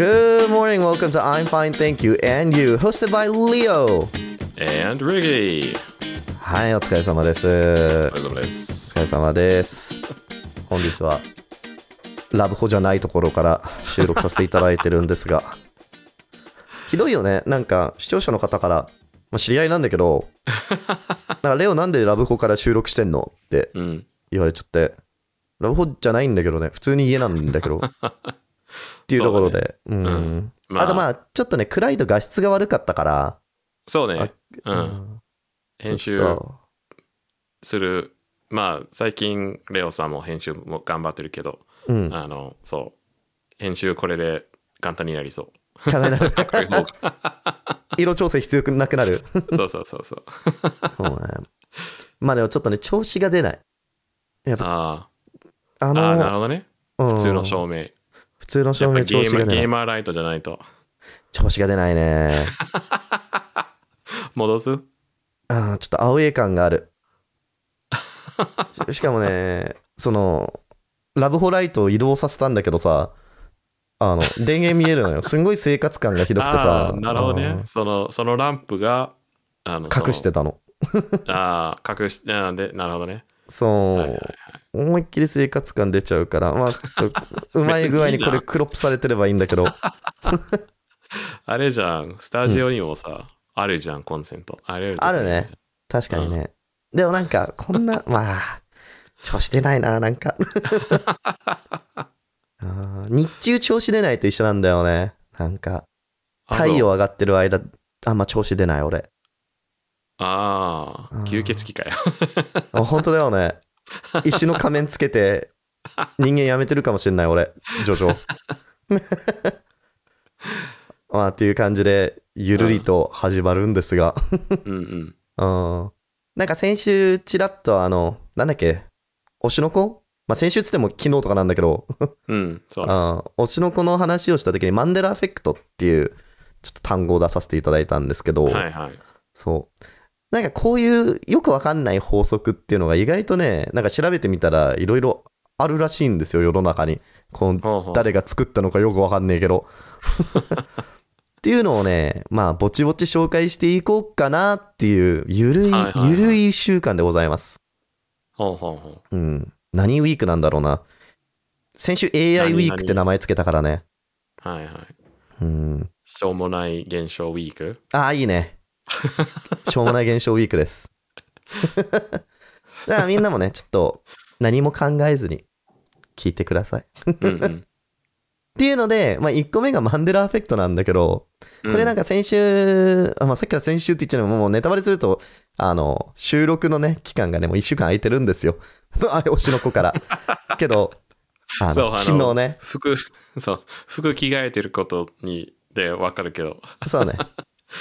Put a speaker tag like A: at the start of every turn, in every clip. A: Good morning, welcome to I'm Fine, Thank You and You, hosted by Leo.
B: And Reggie!
A: はい、お疲れ様です。お
B: お疲れ様です。
A: 疲れ様です。本日はラブホじゃないところから収録させていただいてるんですが、 ひどいよね、なんか視聴者の方から、まあ、知り合いなんだけど、なんかレオなんでラブホから収録してんのって
B: うん。
A: 言われちゃって、ラブホじゃないんだけどね、普通に家なんだけ ど。っていうところで、う,、。
B: うんまあ、
A: あとまあ、ちょっとね、暗いと画質が悪かったから、
B: そうね。う。
A: うんん
B: 編集
A: ちょっと
B: する。まあ、最近、レオさんも編集も頑張ってるけど、
A: うん。
B: あの、そう。編集これで簡単になりそ
A: かなり
B: う。こういう方が
A: 色調整必要なくな る。
B: そうそうそうそう。
A: そうね。まあでもちょっとね、調子が出ない。
B: あ
A: あ
B: ーあ
A: の、
B: ー、なるほどね。
A: うん
B: 普通の照明。
A: 普通の
B: や
A: 照
B: っぱ
A: 明
B: り
A: 調
B: ゲ
A: 子
B: ー
A: が
B: ムゲ
A: 出
B: ー
A: ない。
B: マーライトじゃないと。
A: 調子が出ないね。
B: 戻す
A: あーちょっと青い感があ る。ししかもね、その、ラブホライトを移動させたんだけどさ、あの、電源見えるのよ。すんごい生活感がひどくて
B: あ
A: さ
B: あ、。なるほどね
A: う。ん
B: その、そのランプが、あの
A: 隠してたの。
B: た。ああ、隠して、なんで、なるほどね。
A: そう、
B: はいはいはい
A: 思いっきり生活感出ちゃうから、まあち ょっと、うまい具合にこれクロップされてればいいんだけど、
B: あれじゃん、スタジオにもさ、あるじゃん、コンセント。あれ
A: あるね。確かにね。でもなんか、こんな、まあ、調子出ないな、なん か。あー日中調子出ないと一緒なんだよね。なんか、
B: あ
A: 太陽。上がってる間、あんま調子出ない 俺。
B: そうあ
A: うん
B: あ、吸血鬼かよ。
A: あ本当だよね。石の仮面つけて、人間やめてるかもしれない俺、ジョジョ。 まあ、っていう感じで、ゆるりと始まるんですが。
B: うんうん。
A: うん。なんか先週、ちらっとあの、なんだっけ、推しの子まあ先週っつっても昨日とかなんだけど、
B: うん、そううね。
A: ん推しの子の話をした時にマンデラエフェクトっていう、ちょっと単語を出させていただいたんですけど、
B: はいはい。
A: そう。なんかこういうよくわかんない法則っていうのが意外とね、なんか調べてみたらいろいろあるらしいんですよ、世の中に。この
B: ほうほう
A: 誰が作ったのかよくわかんねえけ ど。っていうのをね、まあ、ぼちぼち紹介していこうかなっていう、ゆるい、
B: はいはいはい
A: ゆるい週間でございます。
B: ほうほうほ
A: うん。何ウィークなんだろうな。先週 AI
B: 何
A: ウィークって名前つけたからね。
B: う。はいはい。
A: うん。
B: しょうもない現象ウィ ーク。
A: ああ、いい ね。しょうもない現象ウィークです。 だからみんなもね、ちょっと何も考えずに聞いてください。っ
B: うんうん。
A: ていうので、まあ、1個目がマンデラエフェクトなんだけど、これなん
B: か、
A: か先週、あまあ、さっきから先週って言っちゃうのも、もうネタバレすると、あの、収録のね、期間がね、もう1週間空いてるんですよ。 あ推しの子から。 けど、あ
B: そうあ
A: の
B: の
A: 昨日ね、
B: 服、 そう、服着替えてることに、で、わかるけど。
A: そうね。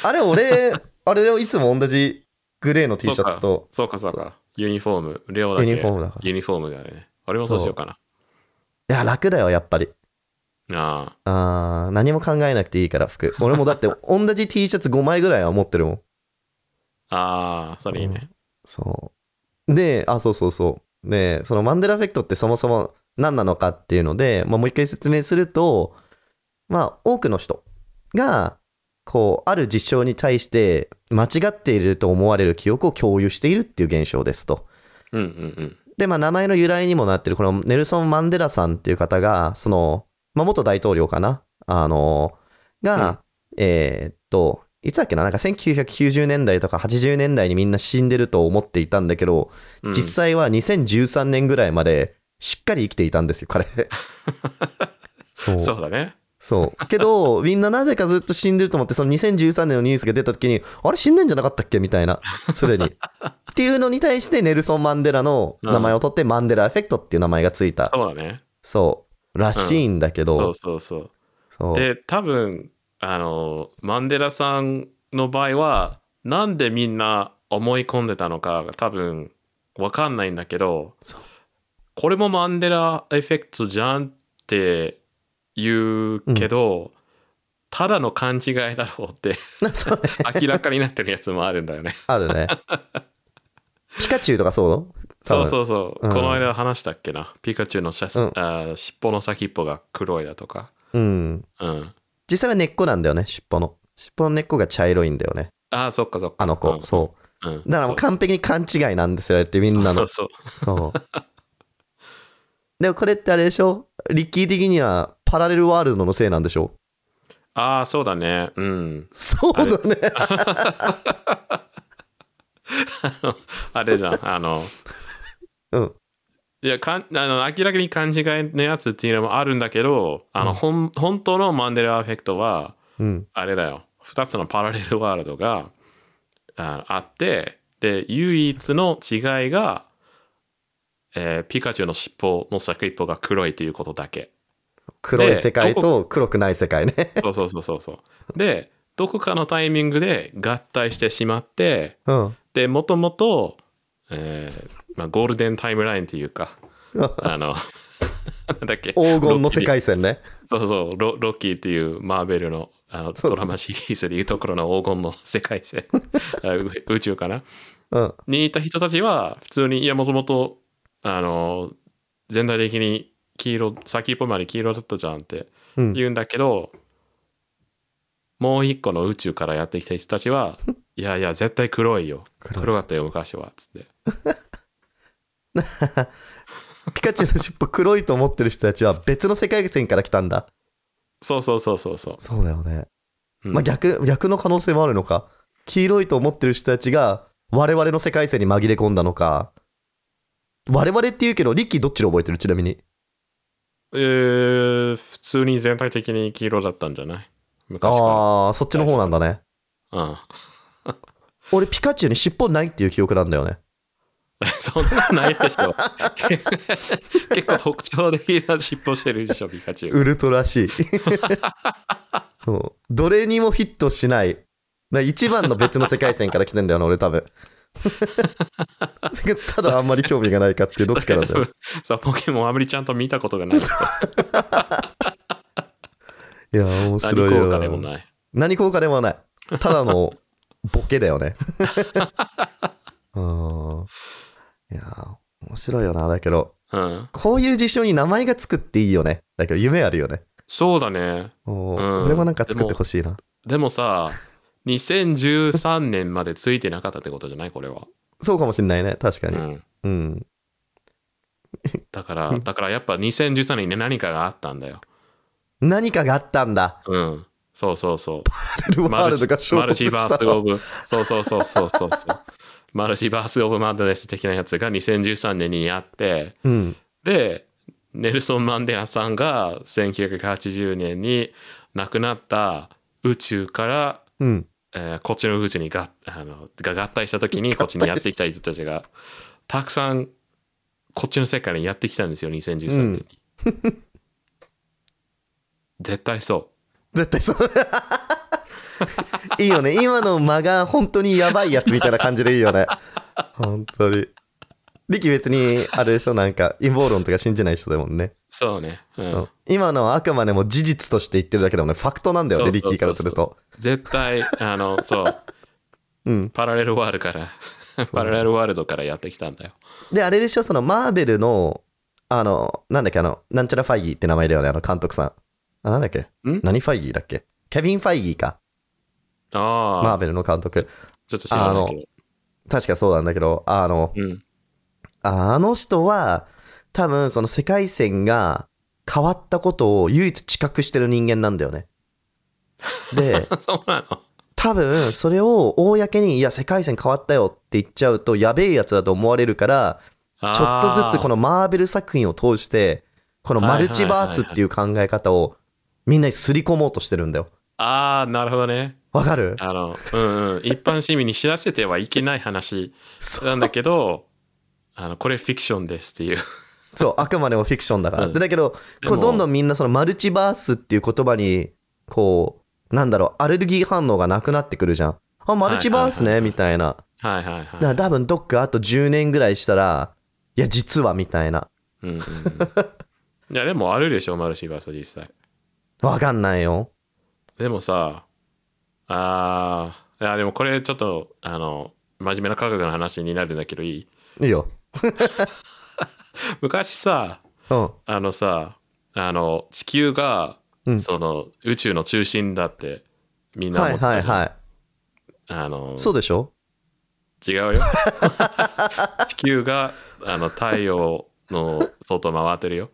A: あれ、 俺、あれをいつも同じグレーの T シャツと
B: そうかそうか。ユニフォーム、レオだ
A: ユ
B: け。
A: ニフォームだから。
B: ユニフォームがね。俺もそうしようか
A: いや、楽だよ、やっぱり。
B: な。あ
A: あー何も考えなくていいから、服。俺もだって、 同じ T シャツ5枚ぐらいは持ってるもん。
B: あ、ああ、それいいね。
A: そう。で、あ、そうそうそう。で、そのマンデラエフェクトってそもそも何なのかっていうので、まあ、もう一回説明すると、まあ、多くの人が、こう、ある事象に対して、間違っていると思われる記憶を共有しているっていう現象ですと。
B: うんうん
A: で、まあ、名前の由来にもなってる、このネルソン・マンデラさんっていう方が、その、まあ、元大統領かな、あの、が、えーっと、いつだっけな、なんか1990年代とか80年代にみんな死んでると思っていたんだけど、
B: うん。
A: 実際は2013年ぐらいまでしっかり生きていたんですよ、 彼。そう
B: うん。そうだね。
A: そう。けど、みんななぜかずっと死んでると思って、その2013年のニュースが出た時に、あれ死んでんじゃなかったっけみたいな、すでに。 っていうのに対して、ネルソン・マンデラの名前を取って、マンデラエフェクトっていう名前がついた、
B: そうだね。
A: そう、らしいんだけど、
B: そうそうそう。
A: そう
B: で多分あのマンデラさんの場合はなんでみんな思い込んでたのかが多分わかんないんだけど
A: そう
B: これもマンデラエフェクトじゃんって言うけど、ただの勘違いだろうって
A: そうね
B: 明らかになってるやつもあるんだよね。
A: ある ね。ピカチュウとかそうの 多
B: そう
A: 分
B: そうそう、
A: うん
B: この間話したっけなピカチュウのシャス、
A: うん
B: あー尻尾の先っぽが黒いだとか、
A: うん。
B: うん、
A: 実際は根っこなんだよね、尻尾の。尻尾の根っこが茶色いんだよね。
B: ああ、そっかそっか。。
A: あの子、そう
B: うん
A: う。だからもう完璧に勘違いなんですよ、あれってみんなの。
B: そうそう
A: そう。でもこれってあれでしょリッキー的にはパラレルワールドのせいなんでしょ
B: ああ、そうだね。うん。
A: そうだね。
B: あ れじゃん。あの、
A: うん。
B: いやかんあの明らかに勘違いのやつっていうのもあるんだけど、あの、
A: うん
B: ほん本当のマンデラエフェクトは、
A: うん。
B: あれだよ2つのパラレルワールドがああってで唯一の違いが、えーピカチュウの尻尾の先っぽが黒いということだけ
A: 黒い世界と黒くない世界ね。
B: そうそうそうそうそうでどこかのタイミングで合体してしまって
A: うん。
B: でもともと、えーまあ、ゴールデンタイムラインというかあ のなんだっけ
A: 黄金の世界線ね。
B: そうそうロ、ロッキーっていうマーベルのあの
A: そう
B: ドラマシリーズでいうところの黄金の世界線 あう宇宙かな
A: うん。
B: にいた人たちは普通にいやもともとあの全体的に黄色先っぽまで黄色だったじゃんって
A: うん。
B: 言うんだけど、もう一個の宇宙からやってきた人た ちはいやいや絶対黒いよ
A: 黒い
B: 黒かったよ昔はつって
A: ピカチュウの尻尾黒いと思ってる人たちは別の世界線から来たんだ。
B: そうそうそうそうそう、
A: そうだよね。
B: うん
A: まあ逆、逆の可能性もあるのか。黄色いと思ってる人たちが我々の世界線に紛れ込んだのか。我々って言うけど、リッキーどっちで覚えてるちなみに。
B: えー普通に全体的に黄色だったんじゃない昔か
A: ああー、そっちの方なんだね。
B: らうん
A: 俺、ピカチュウに尻尾ないっていう記憶なんだよね。
B: そんなないでし ょ。結構特徴的な尻尾してるでしょ、ピカチュウ。
A: ウルトラしい。 そうどれにもフィットしない。な一番の別の世界線から来てんだよな、俺多 分。 ただあんまり興味がないかっていうどっちかなんだよ。
B: そう、ポケモンあまりちゃんと見たこと がない。
A: いや、面
B: 何
A: 白いよ
B: 効
A: な。
B: 果でもない。
A: 何効果でもない。ただ のボケだよね。うん。いや、面白いよな。だけど、
B: うん。
A: こういう事象に名前がつくっていいよね。だけど、夢あるよね。
B: そうだね。
A: お
B: うん
A: 俺もなんか作ってほしいな。
B: でもさ、2013年までついてなかったってことじゃないこれは。
A: そうかもしんないね。確か
B: う
A: に。
B: ん。
A: うん。
B: だから、だからやっぱ2013年に何かがあったんだよ。
A: 何かがあったん だ。
B: うん。そうそうそう。
A: ルワールドが衝
B: マル
A: 突
B: チ
A: し
B: バー
A: た
B: スオブ、そうそうそうそうそうそう。マルチバースオブマッドネス的なやつが2013年にあって、
A: うん。
B: で、ネルソン・マンデラさんが1980年に亡くなった宇宙から、
A: うん。
B: えーこっちの宇宙にがあのが合体した時にこっちにやってきた人たちがたくさんこっちの世界にやってきたんですよ2013年に。絶対そ
A: 絶対そう。 いいよね。今の間が本当にやばいやつみたいな感じでいいよね。本当に。リキ別に、あれでしょ、なんか、陰謀論とか信じない人だもんね。
B: うそうね、うん
A: そう今のはあくまでも事実として言ってるだけだもんね。ファクトなんだよね、
B: そう
A: リ
B: そうそうそう
A: キからすると。
B: 絶対あのそう
A: うん。
B: パラレルワールドからパラレルワールドからやってきたんだよ。
A: で、あれでしょ、そのマーベルの、あの、なんだっけ、あの、なんちゃらファイギーって名前だよね、あの監督さん。あ、なんだっけ
B: ん
A: 何ファイギーだっけケビン・ファイギーか。
B: ああ、
A: マーベルの監督。
B: ちょっと知らないけど。
A: 確かそうなんだけど、あの、
B: うん、
A: あの人は、多分その世界線が変わったことを唯一知覚してる人間なんだよね。で、
B: そうなの
A: 多分それを公に、いや、世界線変わったよって言っちゃうと、やべえやつだと思われるから、ちょっとずつこ
B: の
A: のマーベル作品を通して、このマルチバースっていう考え方をみんなにすり込もうとしてるんだよ。
B: ああなるほどね
A: わかる
B: あのうんうん一般市民に知らせてはいけない話
A: そう
B: なんだけどあのこれフィクションですっていう
A: そう、あくまでもフィクションだから。
B: うん
A: でだけど、
B: で
A: こ
B: も
A: うどんどんみんなそのマルチバースっていう言葉に、こう、なんだろう、アレルギー反応がなくなってくるじゃん。あ、マルチバース
B: はい
A: ね、
B: はいはい
A: みたいな。
B: はいはいは
A: だ
B: い
A: から多分どっかあと10年ぐらいしたら、いや、実は、みたいな。
B: うんうんうん、いやでもあるでしょマルチバース実際
A: わかんないよ。
B: でもさあーいやでもこれちょっとあの真面目な科学の話になるんだけどいい
A: いいよ。
B: 昔さ
A: うん。
B: あのさあの地球が
A: うん
B: その宇宙の中心だってみんな
A: はい
B: 思ってた
A: はい
B: じゃん
A: はい。
B: あの
A: そうでしょ
B: 違うよ 地球があの太陽の外回ってる よ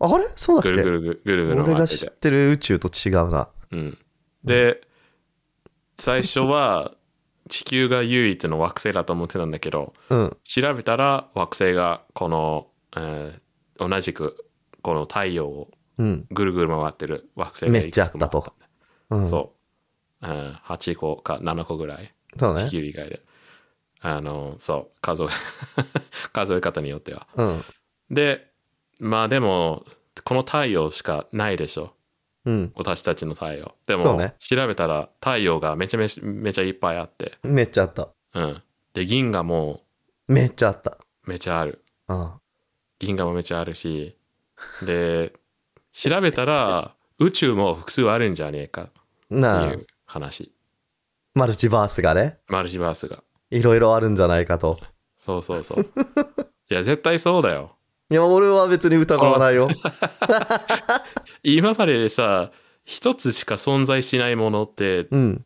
A: あれそう
B: ぐ
A: だっ
B: るぐ
A: け
B: るぐぐるぐる
A: 俺
B: 回
A: が
B: っ
A: 知
B: て、
A: っててる宇宙と違うな。
B: うん、で最初は地球が唯一の惑星だと思ってたんだけど
A: うん。
B: 調べたら惑星がこの、えー同じくこの太陽を
A: うん。
B: ぐるぐる回ってる惑星が
A: めっ
B: い
A: ちゃ
B: く
A: あっ
B: つも
A: たと
B: あった
A: そ
B: そう、うん、8個か7個ぐらい
A: うん。そう
B: 地
A: ね。
B: 球以外で、あのそう数え 数え方によっては
A: うん。
B: でまあでもこの太陽しかないでしょ
A: うん。
B: 私たちの太陽で
A: そう
B: も、
A: ね
B: 調べたら太陽がめちゃめちゃめちゃいっぱいあって、
A: めっちゃあった。
B: うん、で銀河も
A: めっちゃあった。
B: めちゃある
A: うん。
B: 銀河もめちゃあるしで調べたら宇宙も複数あるんじゃねえか
A: な
B: っ
A: あ
B: てい、う 話
A: マルチバースがね、
B: マルチバースが
A: いろいろあるんじゃないかと。
B: そうそうそう いや絶対そうだよ
A: いや、俺は別に疑わないよ。
B: 今まででさ一つしか存在しないものって
A: うん。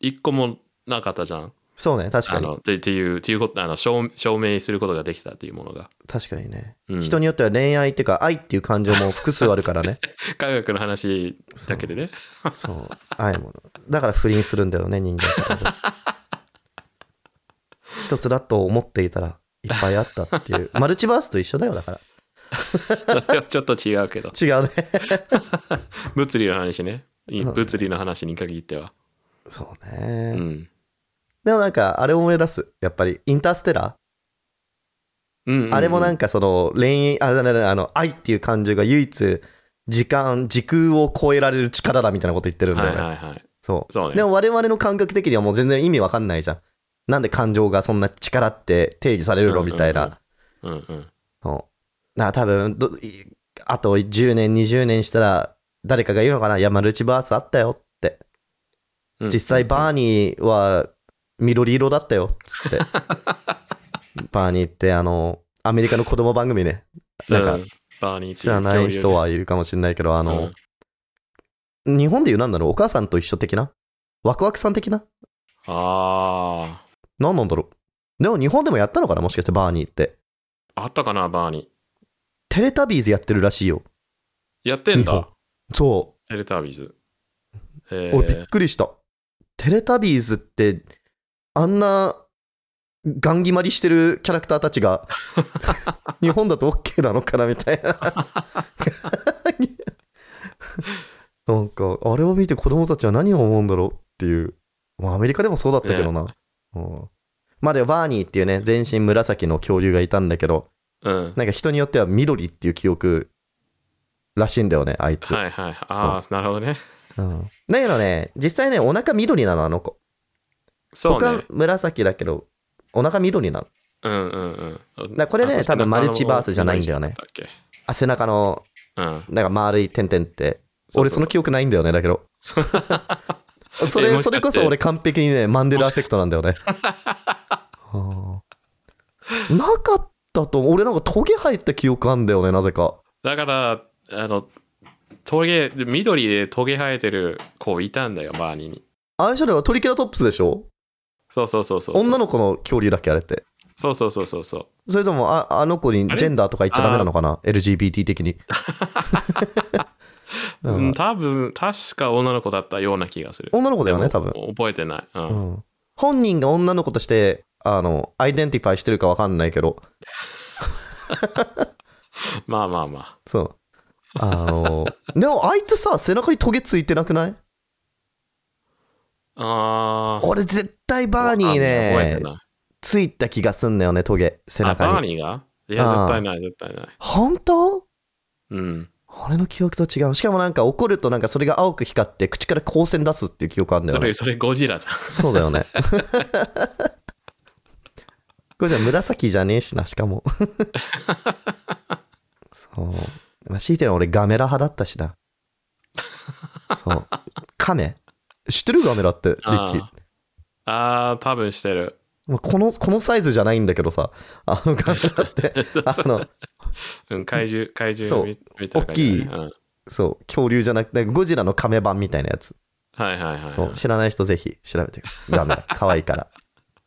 B: 一個もなかったじゃん
A: そうね、確か
B: あ
A: に。
B: のでっていうっていうことあの証証明することができたっていうものが、
A: 確かにね。
B: うん
A: 人によっては恋愛っていうか、愛っていう感情も複数ある からね。
B: 科学の話だけでね
A: そう。愛もの。だから不倫するんだよね、人間って多分。一つだと思っていたら、いっぱいあったって いう。マルチバースと一緒だよ、だから。
B: それ はちょっと違うけど
A: 違うね。
B: 物理の話ねい
A: うん
B: 物理の話に限っては
A: そう
B: う
A: ね。
B: ん
A: でもなんか、あれ思い出す。やっぱり、インターステラー、
B: うんうん
A: あれもなん
B: か
A: かその、恋愛、あ、だだだあの、愛っていう感情が唯一、時間、時空を超えられる力だみたいなこと言ってるんだ
B: は
A: よ
B: い
A: ね。
B: はいはい
A: そう。
B: そうね
A: でも我々の感覚的にはもう全然意味わかんないじゃん。なんで感情がそんな力って定義されるのみたいな。
B: うんうん
A: そう。な多分ど、いあと10年、20年したら誰かが言うのかな。いや、マルチバースあったよって。
B: うん
A: 実際バーニーは緑色だったよっつっ て。バーニーってあの、アメリカの子供番組ね。なんか
B: うバーニー
A: 知らない人はいるかもしれないけど、あ
B: あ
A: の、日本で言うなんだろうお母さんと一緒的なワクワクさん的な
B: あ
A: 何なんだろうでも日本でもやったのかなもしかしてバーニーって。
B: ーあったかなバーニ
A: テレタビーズやってるらしいよ。
B: ーやってん
A: 日
B: だ
A: そ
B: テレタビーズ
A: う。
B: え
A: 俺びっ
B: ー、
A: くりした。テレタビーズって、あんな、ガン決まりしてるキャラクターたち が、日本だと OK なのかなみたいな。なんか、あれを見て子供たちは何を思うんだろうっていう。まあ、アメリカでもそうだったけどな。うんまあでもバーニーっていうね、全身紫の恐竜がいたんだけど、
B: うん
A: なんか人によっては緑っていう記憶らしいんだよね、あいつ。
B: はいはいああなるほどね
A: うん、だけどね、実際ね、お腹緑なの、あの子。
B: そう
A: 他
B: ね
A: は紫だけど、お腹緑なの。
B: うんうんうん
A: だこれね
B: あの
A: 多分マルチバースじゃないんだよね
B: っけ
A: あ、背中の、
B: うん
A: なんか丸い点々って。俺、その記憶ないんだよね、だけ ど。そ
B: えもし
A: れ、そ
B: かして
A: れこそ俺、完璧にね、マンデラエフェクトなんだよね。はあなかったと思う、俺なんかトゲ入った記憶あんだよね、なぜか。
B: だから、あの、トゲ、緑でトゲ生えてる子いたんだよ、バーニーに。
A: あれでしょでもトリケラトップスでしょ
B: そうそうそうそう。
A: 女
B: の
A: の子の恐竜だっけ、あれって。
B: そうそうそうそうそう。
A: それともあ、あの子に
B: あれ
A: ジェンダーとか言っちゃダメなのかな ?LGBT 的 に。なんか
B: うん、多分、確か女の子だったような気がする。
A: 女の子だよね、
B: で
A: 多
B: も
A: 分。
B: 覚えてない。うん。
A: うん本人が女の子として、あの、アイデンティファイしてるかわかんないけど、
B: まあまあまあ。
A: そう。あの、 でもあいつさ、背中にトゲついてなくない
B: あー。
A: 俺絶対バーニー
B: わかんない覚え
A: ね
B: て、ない。
A: ついた気がすんだよね、トゲ、背
B: あ、バ
A: 中
B: ー
A: に。
B: ニーがいや、
A: あー
B: 絶対ない、絶対ない。
A: 本当
B: うん。
A: 俺の記憶と違う。しかもなんか怒るとなんかそれが青く光って口から光線出すっていう記憶あるんだ
B: そ
A: よね
B: れ、。それゴジラじゃん。
A: そうだよ ね。これじゃ紫じゃねえしな、しか も。そう。まあ、強いてるのは俺ガメラ派だったしな。そう。カメ知ってるガメラって、リッキー。
B: あーあー、多分してる。
A: まあこの、このサイズじゃないんだけどさ、あ のガメラって、あの、
B: うん、怪獣、怪獣みみたいな感じ、
A: 大きい
B: うん。
A: そう、恐竜じゃなくて、ゴジラの亀版みたいなやつ。
B: はいはいはいはい。
A: そう、知らない人ぜひ調べてダメだ。可愛いから。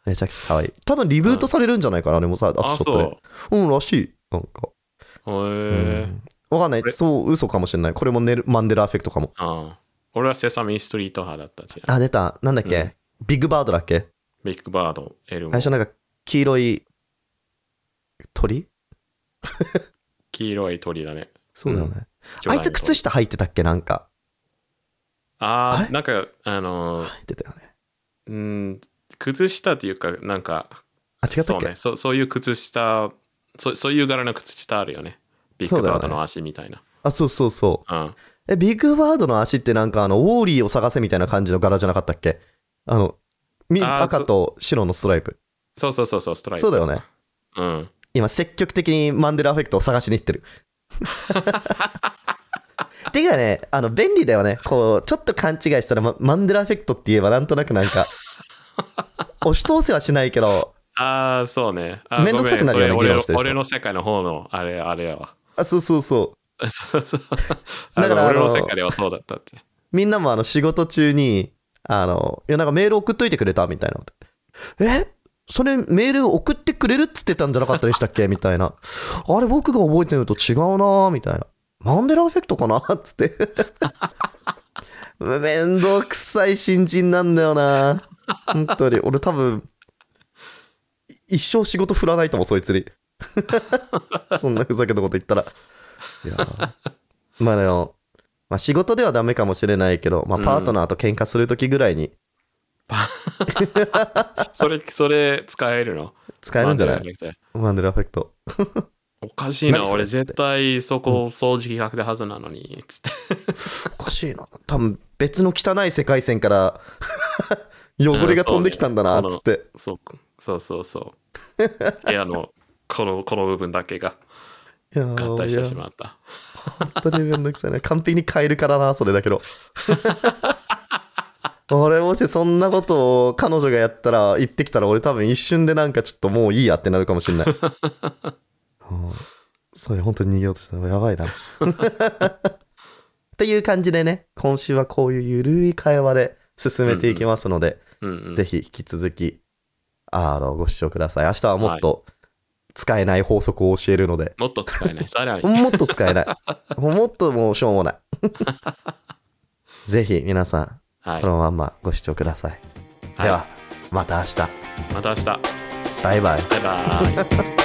A: めちゃくちゃ可愛い。多分リブートされるんじゃないかな、あれもさ、あと
B: あ、
A: ちょっとね
B: そ。
A: うん、らしい。なんか。
B: う。へ
A: う
B: え。
A: んわかんない。
B: これ
A: そう、嘘かもしれない。これもネルマンデラエフェクトかも。
B: ああ俺はセサミストリート派だったじゃん。
A: あ、出た。なんだっけ、
B: うん
A: ビッグバードだっけ
B: ビッグバード、エルモ
A: 最、初なんか黄色い鳥
B: 黄色い鳥だね。
A: そうだよね。
B: 巨
A: あい
B: 大な
A: つ
B: 鳥
A: 靴下履いてたっけなんか。あ
B: あ
A: れ
B: あ、なんか、あのー、
A: 履いてたよね。
B: うん、靴下っていうか、なんか、
A: あ、違った
B: そ
A: っ
B: う
A: け、
B: ねそう、そういう靴下そ、そういう柄の靴下あるよね。ビッ
A: そう
B: グ
A: だよ
B: バ
A: ね
B: ードの足みたいな。
A: あ、そうそうそう。
B: うん。
A: え、ビッグバードの足ってなんかあの、ウォーリーを探せみたいな感じの柄じゃなかったっけあの、み
B: あー
A: 赤と白のストライプ。
B: そうそうそうそう、ストライプ。
A: そうだよね。
B: うん。
A: 今、積極的にマンデラエフェクトを探しに行ってる。てかね、あの、便利だよね。こう、ちょっと勘違いしたら、まマンデラエフェクトって言えばなんとなくなんか、押し通せはしないけど、
B: ああ、そうね。あー
A: めんどくさくなるよね
B: ごめん
A: 議論
B: それ
A: してる人
B: 俺の俺の世界の方の、あれ、あれやわ。
A: あ、そうそうそう。
B: そうそうそう。
A: だ
B: だ
A: か
B: からら
A: あ
B: 俺
A: の
B: の世界ではそうだったって。
A: みんなもあの仕事中に、あの、いやなんかメール送っといてくれたみたいなこと。えそれメール送ってくれるっつってたんじゃなかったでしたっけみたいな。あれ僕が覚えてるのと違うなみたいな。マンデラエフェクトかなっつって。 めんどくさい新人なんだよな本当に。俺多分、い一生仕事振らないと思う、そいつに。 そんなふざけたこと言ったら。いやーまあでも、まあ、仕事ではダメかもしれないけど、まあ、パートナーと喧嘩するときぐらいに
B: それ、それ使えるの
A: 使えるんじゃない、
B: マンデラじゃなくて
A: マンデラエフェクト。
B: おかしいな
A: 何、それ
B: 俺絶対そこ掃除機かけたはずなのに、つって。
A: おかしいな。多分別の汚い世界線から 汚れが飛んできたんだな、
B: うん
A: つ
B: そ
A: っ
B: う
A: て。
B: そうそ うそうそう。部屋の、この、この部分だけが
A: いやー
B: 合体して
A: い
B: し
A: や
B: まった。
A: 本当にめんどくさいな。完璧に変えるからな、それだけど。 俺もしそんなことを彼女がやったら言ってきたら俺多分一瞬でなんかちょっともういいやってなるかもしれない。 うんそれ本当に逃げようとしたらやば いな。っていう感じでね、今週はこういうゆるい会話で進めていきますので、
B: うんうん。
A: ぜひ引き続き、あの、ご視聴ください。明日はもっと使えない法則を教えるので、
B: もっと使えない。さらに。
A: もっと使え ない。もっともうしょうもない。ぜひ皆さん、
B: はい
A: こ。のまんまご視聴ください。では、また明日。
B: いまた明日。バ
A: バイバイ。
B: イバイ。